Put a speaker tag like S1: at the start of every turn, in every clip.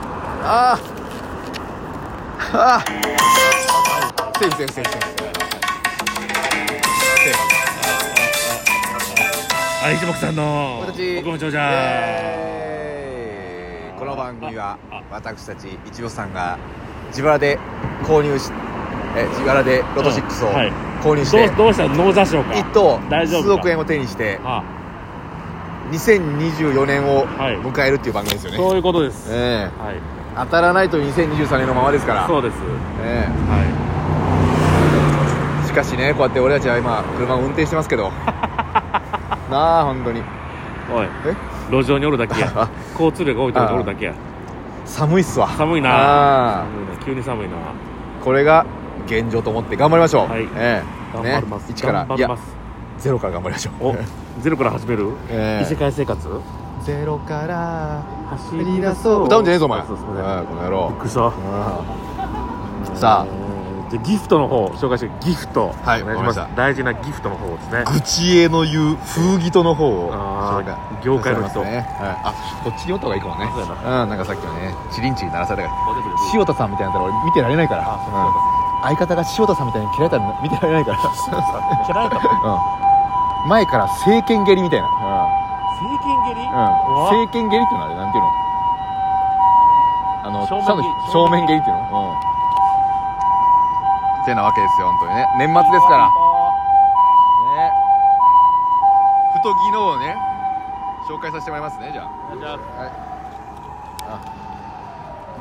S1: ああああセーフセーフセーフセーフセーフ
S2: あ一目さんの
S1: 私
S2: 僕も長者
S1: えーこの番組は
S2: ああ
S1: 私たちいちごさんが自腹で購入しえ自腹でロト6を
S2: うんはい
S1: 購入し
S2: ど
S1: て
S2: うどうしたノーザ賞か
S1: 一等
S2: 大丈夫か
S1: 数億円を手にして
S2: あ
S1: 2024年を
S2: はい
S1: 迎えるっていう番組ですよね、
S2: そういうことです、
S1: ええ
S2: はい
S1: 当たらないと2023年のままですから、
S2: そうです
S1: え
S2: は
S1: えしかしねこうやって俺たちは今車を運転してますけ どなあ本当に
S2: いおい路上におるだけや交通量が多いところにおるだけや
S1: 寒いっすわ
S2: 寒いな
S1: ああ
S2: 寒いな急に寒いな
S1: これが現状と思って頑張りましょう、
S2: はい
S1: ええ
S2: 頑
S1: ね
S2: 張ります、
S1: 一から
S2: 頑張
S1: い
S2: り
S1: や
S2: ます
S1: ゼロから頑張りましょう
S2: お ゼロから始める、
S1: ええ
S2: 異世界生活
S1: ゼロから
S2: 走
S1: り出そう歌うんじゃねえぞお前
S2: そうそうそう
S1: おいこの野
S2: びっ
S1: 郎
S2: くりした
S1: うんさあ
S2: あじゃあギフトの方紹介してギフト
S1: はい
S2: お願いしま
S1: わ
S2: す
S1: かりました
S2: 大事なギフトの方ですね
S1: 愚痴への言う風義との方を
S2: あ
S1: 紹
S2: ー
S1: 介
S2: 業界の人
S1: そうですねはい、あこっちに寄った方がいいかもね
S2: そうや
S1: うんなんかさっきのねチリンチリ鳴らされたから 塩田さんみたいになったら俺見てられないから、
S2: あそう
S1: うん相方が塩田さんみたいに切られたら見てられない から、
S2: 蹴られたもん
S1: うん、前から政権蹴りみたいな、
S2: 政権蹴り、
S1: うんうん、
S2: 怖っ
S1: 政権蹴りっていうのはあれなんていうのあの
S2: 正面蹴り
S1: ちゃんと正面蹴りっていうのうんてなわけですよ本当にね年末ですからね太技能をね紹介させてもらいますねじゃあ
S2: お願いします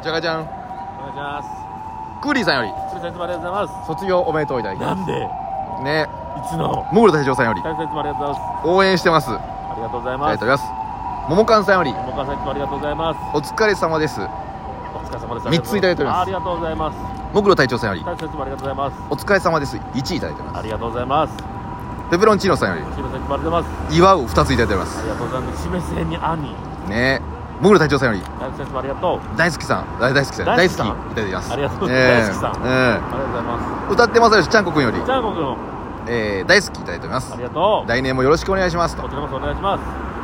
S1: じゃがじゃん
S2: お願いします
S1: クーリーさんより
S2: 鶴さんいつもありがとうございま
S1: 卒業おめでとういただき
S2: すな
S1: ま
S2: んでい
S1: すね
S2: つの
S1: モール大将さんより
S2: 大さんいつもありがとうございます
S1: 応援してますあ
S2: ありがとうござい
S1: りが
S2: ます
S1: とうございますももかんさんより
S2: お母さんいつもありがとうございます
S1: お疲れ様です
S2: お疲れ様です
S1: 三ついただいております
S2: ありがとうございます
S1: もぐろ隊長さんより
S2: 大さんいつもありがとうございます
S1: お疲れ様です1位いただいておりま
S2: ありがとうございます
S1: すペペロンチーノさんよ
S2: 鶴さんいつもありがとうございます
S1: り祝う2ついただいておりま
S2: あ
S1: す
S2: りがとうございます示せに兄
S1: ねもぐろ隊長さんより
S2: 大さんいつもありがとう
S1: 大好きさん大大好きさん
S2: 大
S1: 大
S2: 好
S1: 好き
S2: きさん
S1: いただいてます
S2: ありがとう
S1: え
S2: 大好きさん
S1: え
S2: ありがとうございま
S1: え歌ってますよしちゃんこくんより
S2: すじ、ゃあ僕も
S1: えー、大好きいただいておりま
S2: あ
S1: す
S2: りがとう
S1: 来年もよろしくお願いします
S2: ことちらこそお願いします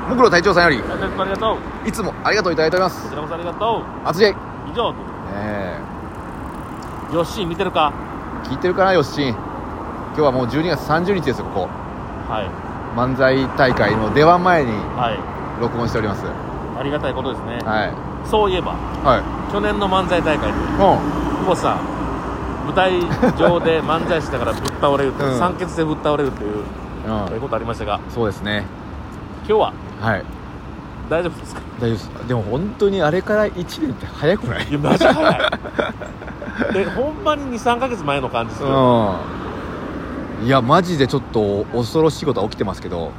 S1: もぐろ隊長さんよ
S2: 大さんいつもありがとうこ
S1: りいつもありがとういただいております
S2: ちらこそありがとう
S1: あつじえ
S2: 以上
S1: え
S2: ヨッシー見てるか
S1: 聞いてるかなよっしん今日はもう12月30日ですよここ
S2: はい
S1: 漫才大会の出番前に
S2: は
S1: 録音しておりますはい
S2: ありがたいことですね
S1: い
S2: そういえば
S1: は
S2: 去年の漫才大会で
S1: い
S2: 久保さん舞台上で漫才師だからぶっ倒れるという
S1: うん
S2: 酸欠でぶっ倒れるという
S1: うん、う
S2: とい
S1: ん
S2: う、ことありましたが
S1: そうですね
S2: 今日は
S1: はい
S2: 大丈夫ですか
S1: 大丈夫ですでも本当にあれから1年って早くない
S2: いやマジ早い えほんまに23か月前の感じする
S1: うんいやマジでちょっと恐ろしいことは起きてますけど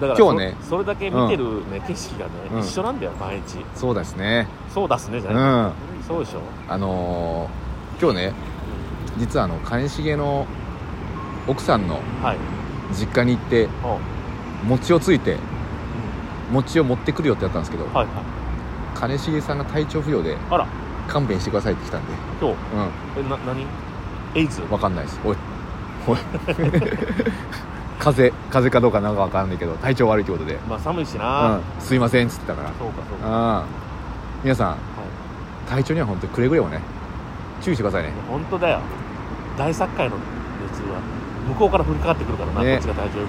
S2: だから
S1: 今日ね
S2: そそれだけ見てる、ね景色がね、
S1: うん
S2: 一緒なんだよ毎日
S1: そうですね
S2: そうだすねじ
S1: う
S2: ゃ
S1: ん
S2: ない、
S1: あ
S2: そうでしょ
S1: のー、今日ね実はあの兼重の奥さんの
S2: はい
S1: 実家に行って
S2: おう
S1: 餅をついて
S2: ん
S1: 餅を持ってくるよってやったんですけど
S2: はいはい
S1: 金重さんが体調不良で
S2: あら
S1: 勘弁してくださいって来たんで
S2: 今日
S1: う
S2: えな何エイズ
S1: んわかんないですおいおい 風邪風邪かどうかなんかわかんないけど体調悪いってことで、
S2: まあ寒いし
S1: う
S2: な、
S1: ん、すいませんっつってたから
S2: そうかそうか、
S1: うん皆さん
S2: はい
S1: 体調には本当にくれぐれもね注意してくださいね
S2: いや本当だよ大殺界の連中は向こうから降りかかってくるからな、
S1: ね
S2: こっちが大丈夫、
S1: うん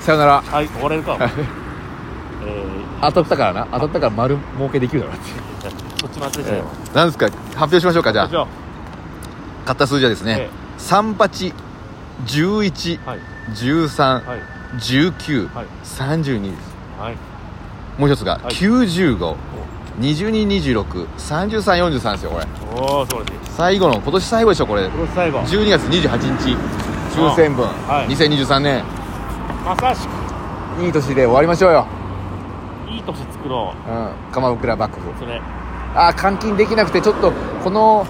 S1: さよなら
S2: はい終われるかお前えー、
S1: 当たったからな当たったから丸儲けできるだろうっていう
S2: そっちも忘れちゃうよ、
S1: 何ですか発表しましょうかじゃ
S2: じゃ
S1: あ
S2: あ
S1: 買った数字はです
S2: え
S1: ね3 8 11
S2: はい
S1: 13
S2: はい
S1: 19
S2: はい
S1: 32です
S2: はい
S1: もう一つが
S2: はい
S1: 9522263343ですよこれ
S2: おおーそうです
S1: 最後の今年最後でしょこれ
S2: これ最後
S1: 12月28日抽選分、
S2: はい
S1: 2023年
S2: まさしく
S1: いい年で終わりましょうよ、
S2: いい年作ろ
S1: うん、鎌倉幕府
S2: うそれ
S1: ああ換金できなくてちょっとこの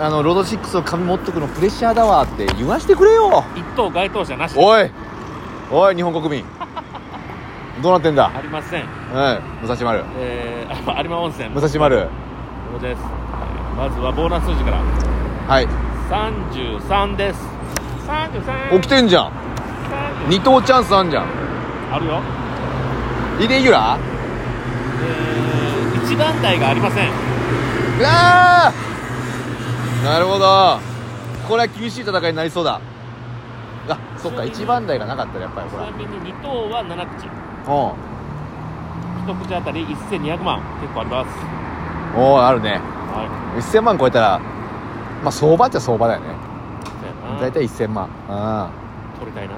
S1: あのロード6の紙持ってくのプレッシャーだわって言わしてくれよ
S2: 一等該当者なし
S1: おいおい日本国民 どうなってんだ
S2: ありません
S1: うん武蔵丸
S2: えー、あ有馬温泉
S1: 武蔵丸
S2: ここです、はいまずはボーナス数字から
S1: はい
S2: 33です33
S1: 起きてんじゃん
S2: 30
S1: 二等チャンスあんじゃん
S2: あるよ
S1: イレギュラ
S2: えー、一番台がありません
S1: ーあーなるほどこれは厳しい戦いになりそうだあそっか一番台がなかったらやっぱり
S2: ち
S1: ほら
S2: なみに2等は7口
S1: お
S2: 1口あたり1200万結構あります
S1: おーあるね
S2: は
S1: 1000万超えたらまあ相場っちゃ相場だよね
S2: いそうやな
S1: 大体1000万
S2: 取りたいな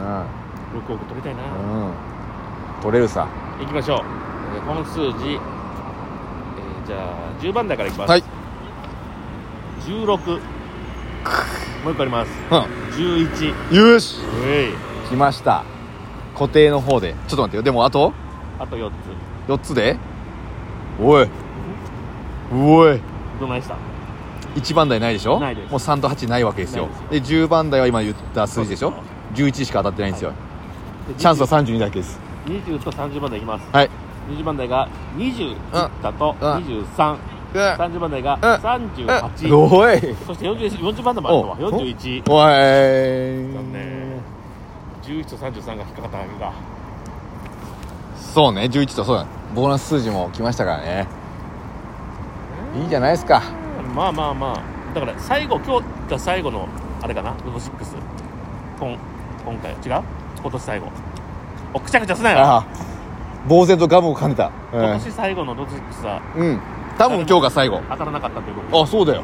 S1: う
S2: 6億取りたいなん
S1: うんうん取れるさ
S2: 行きましょう、えーこの数字、えーじゃあ10番台からいきます、
S1: はい
S2: 16もう一個あります
S1: う
S2: 11
S1: んよし
S2: えい
S1: 来ました固定の方でちょっと待ってよでもあと
S2: あと4つ
S1: 4つでおいおい
S2: どないした
S1: 1番台ないでしょ
S2: ないです
S1: もう3と8ないわけですよ
S2: な
S1: で
S2: い
S1: 10番台は今言った数字でしょ
S2: そう
S1: 11しか当たってないんですよ、
S2: で
S1: チャンスは32だけです
S2: 20 20と30番台いきます
S1: はい
S2: 20番台が20いったと
S1: うん
S2: 2330
S1: うわ
S2: 番台が
S1: うん
S2: 38
S1: おい
S2: そして40 40番台もあったわ
S1: お
S2: 41
S1: おい
S2: 残念11と33が引っかかったわけだ
S1: そうね11とそうだボーナス数字も来ましたからねいいじゃないですか
S2: まあまあまあだから最後今日が最後のあれかなロト6今今回違う今年最後おくちゃくちゃすなよ
S1: あ呆然とガムを噛んでた
S2: 今年最後のロト6は
S1: うん、うん、多分今日が最後
S2: 当たらなかったということ
S1: あそうだよ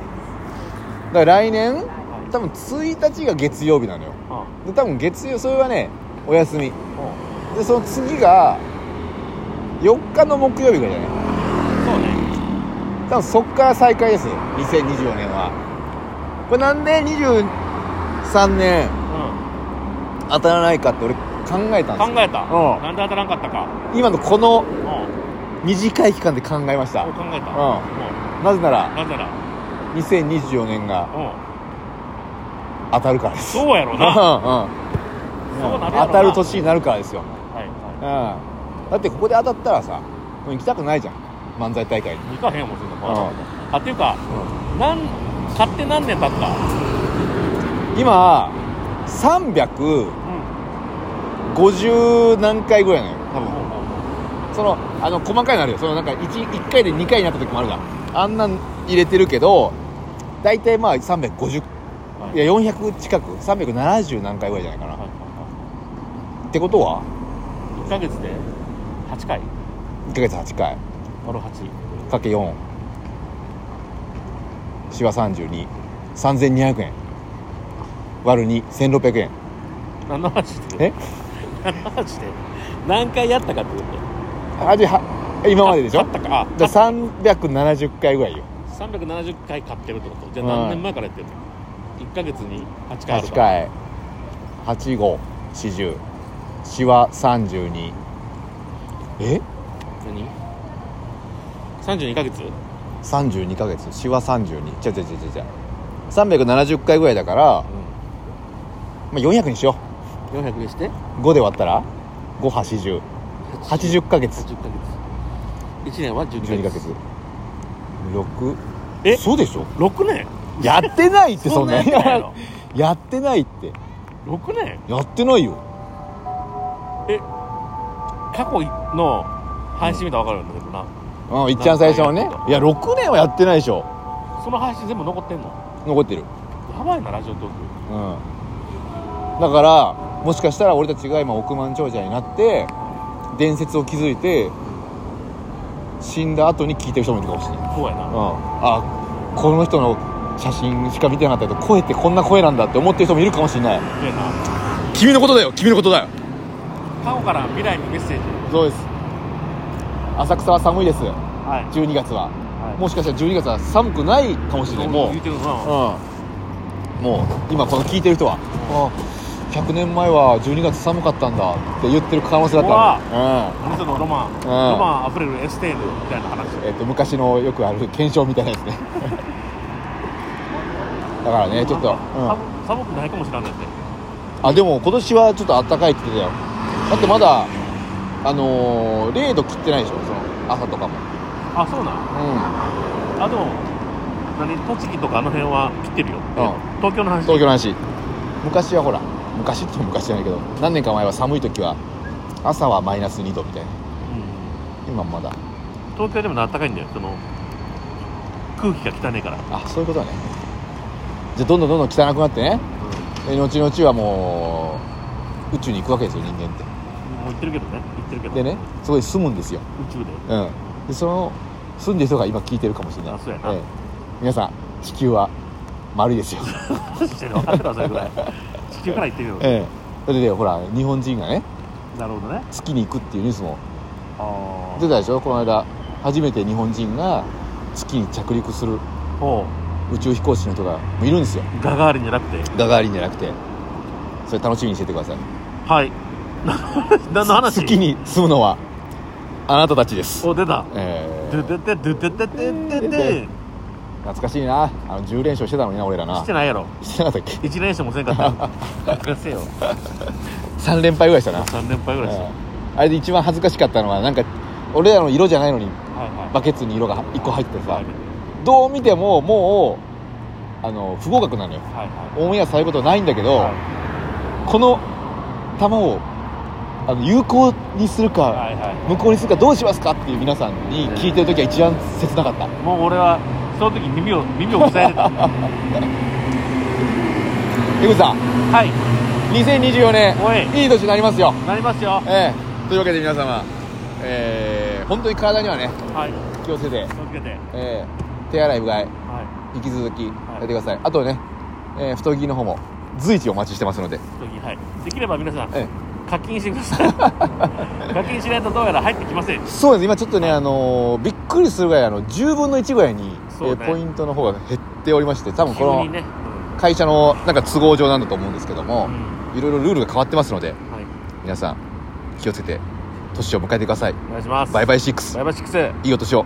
S1: だから来年多分1日が月曜日なのよ
S2: あ
S1: で多分月曜それはねお休み
S2: あ
S1: でその次が4日の木曜日ぐらいじゃない
S2: そうね
S1: 多分そっから再開ですよ2024年はこれなんで23年
S2: うん
S1: 当たらないかって俺考えたんですよ
S2: 考えた
S1: うん
S2: なんで当たらんかったか
S1: 今のこの
S2: うんもう
S1: 短い期間で考えました
S2: 考え
S1: う
S2: た
S1: ん
S2: う
S1: なぜなら
S2: んなぜなら
S1: 2024年が
S2: うん
S1: 当たるからです
S2: そうやろ
S1: う
S2: うな
S1: んうん
S2: そうなるやろな
S1: 当たる年になるからですよ、
S2: はい
S1: うん、
S2: は
S1: だってここで当たったらさもう行きたくないじゃん漫才大会に、
S2: い行かへんもんそんな
S1: う
S2: も
S1: ん
S2: んあっていうかなん買って何年経った
S1: 今350
S2: うん
S1: 何回ぐらいなのよ多
S2: うん
S1: 分
S2: うん
S1: そのあの細かいのあるよそのなんか 1, 1回で2回になった時もあるがあんなん入れてるけど大体まあ350
S2: はい
S1: いや400近く370何回ぐらいじゃないかな、
S2: はいはいはい
S1: ってことは
S2: 1ヶ月で8回
S1: 1ヶ月8回
S2: 割る8
S1: かけ4しわ323200円割る21600円
S2: 何の話してる
S1: え
S2: 何の話してる何回やったかってこと
S1: あじゃあは今まででしょ
S2: 買ったかあ
S1: だから370回ぐらいよ
S2: 370回買ってるってことじゃ
S1: う
S2: あ
S1: ん
S2: 何年前からやってるの1ヶ月に8回ある
S1: 8
S2: から
S1: 回8540しわ32え
S2: 何32ヶ月
S1: 32ヶ月しわ32ちゃちゃちゃちゃちゃ370回ぐらいだから、まあ、400にしよ
S2: 400にして
S1: う5で割ったら58080 80ヶ月
S2: 80ヶ月1年は12ヶ月
S1: 12ヶ月6
S2: え
S1: そうでしょ
S2: 6年
S1: やってないってそ
S2: そ
S1: ん
S2: ん
S1: なん
S2: なやってないやろ
S1: やってないって
S2: 6年
S1: やってないよ
S2: 過去の配信見たら分かるんだけどな
S1: うんいっちゃん最初はね
S2: なんか
S1: いや6年はやってないでしょ
S2: その配信全部残ってんの
S1: 残ってる
S2: やばいなラジオトーク
S1: うんだからもしかしたら俺たちが今億万長者になって伝説を築いて死んだ後に聞いてる人もいるかもしれない、
S2: そうや
S1: う、
S2: なん
S1: あこの人の写真しか見てなかったけど声ってこんな声なんだって思ってる人もいるかもしれない
S2: そうやな
S1: 君のことだよ君のことだよ
S2: 過去から未来にメッセージ
S1: そうです浅草は寒いです
S2: はい、
S1: 12月は
S2: はい、
S1: もしかしたら12月は寒くないかもしれないもう
S2: 言うてる
S1: うん、
S2: な、
S1: もう今この聞いてる人はあ100年前は12月寒かったんだって言ってる可能性だったわ
S2: あの人のロマン、ロマン溢れるエステールみたいな話
S1: うんえっと昔のよくある検証みたいなやつね だからねちょっと、うん
S2: 寒寒くないかもしれないって
S1: あでも今年はちょっと暖かいって言ってたよだってまだあのー、0度切ってないでしょその朝とかも
S2: あそうなん
S1: う
S2: あでも何栃木とかあの辺は切ってるよ、
S1: ん
S2: 東京の
S1: ん
S2: 話
S1: 東京の話昔はほら昔って言っても昔じゃないけど何年か前は寒い時は朝はマイナス2度みたいな
S2: うん
S1: 今まだ
S2: 東京でもなあったかいんだよその空気が汚ねえから、
S1: あそういうことだねじゃあどんどんどんどん汚くなってねで後々はもう宇宙に行くわけですよ人間っ
S2: もう言ってるけどね言ってるけど
S1: てでねそこで住むんですよ
S2: 宇宙で
S1: うんでその住んでる人が今聞いてるかもしれない
S2: あそうやな
S1: ええ皆さん地球は丸いです よ、
S2: してる分かってるわそれぐらい地球から行ってみよう、
S1: ええそれでほら日本人がね
S2: なるほどね
S1: 月に行くっていうニュースも
S2: あ
S1: 出
S2: あ
S1: たでしょこの間初めて日本人が月に着陸する
S2: ほ
S1: 宇宙飛行士の人がいるんですよ
S2: うガガーリンじゃなくて
S1: ガガーリンじゃなくてそれ楽しみにしててください
S2: はい な何の話
S1: 月に住むのはあなたたちです
S2: お出た
S1: ええ
S2: ドゥドゥドゥドゥドゥドゥドゥドゥ
S1: 懐かしいなあの10連勝してたのにな俺らな
S2: してないやろ
S1: してなかったっ
S2: 1連勝もせんか ったよやせよ
S1: け3連敗ぐらいしたな
S2: 3連敗ぐらいですよ
S1: あれで一番恥ずかしかったのはなんか俺らの色じゃないのに
S2: はいはい
S1: バケツに色が1個入って
S2: は
S1: さ
S2: い
S1: どう見てももうあの不合格なのよ
S2: はいはい
S1: オンエアされることないんだけど、
S2: はい
S1: この球をあの有効にするか、
S2: はいは
S1: 無効にするかどうしますかっていう皆さんに聞いてる時は一番切なかった
S2: いもう俺はその時耳を耳を塞い でたは
S1: 江口さん
S2: い
S1: 2024年
S2: おい
S1: いい年になりますよ
S2: なりますよ
S1: ええというわけで皆様えー、本当に体にはね
S2: はい
S1: 気をつけて、
S2: 気をつけて
S1: えー、手洗いうがい
S2: は
S1: 引き続きやってください、あとね、えー、太着の方も随時お待ちしてますので、
S2: い時はいできれば皆さん
S1: え
S2: 課金してく ださい課金しないとどうやら入ってきません
S1: え、そうです今ちょっとね、あのーびっくりするぐらいあの10分の1ぐらいに、
S2: そうね
S1: えーポイントの方が減っておりまして多分こ
S2: 急に
S1: の
S2: ね
S1: 会社のなんか都合上なんだと思うんですけども
S2: う、ん
S1: いろいろルールが変わってますので
S2: はい
S1: 皆さん気をつけて年を迎えてください
S2: お願いします
S1: バイ
S2: バ
S1: バイ6
S2: イバイシックス
S1: いいお年を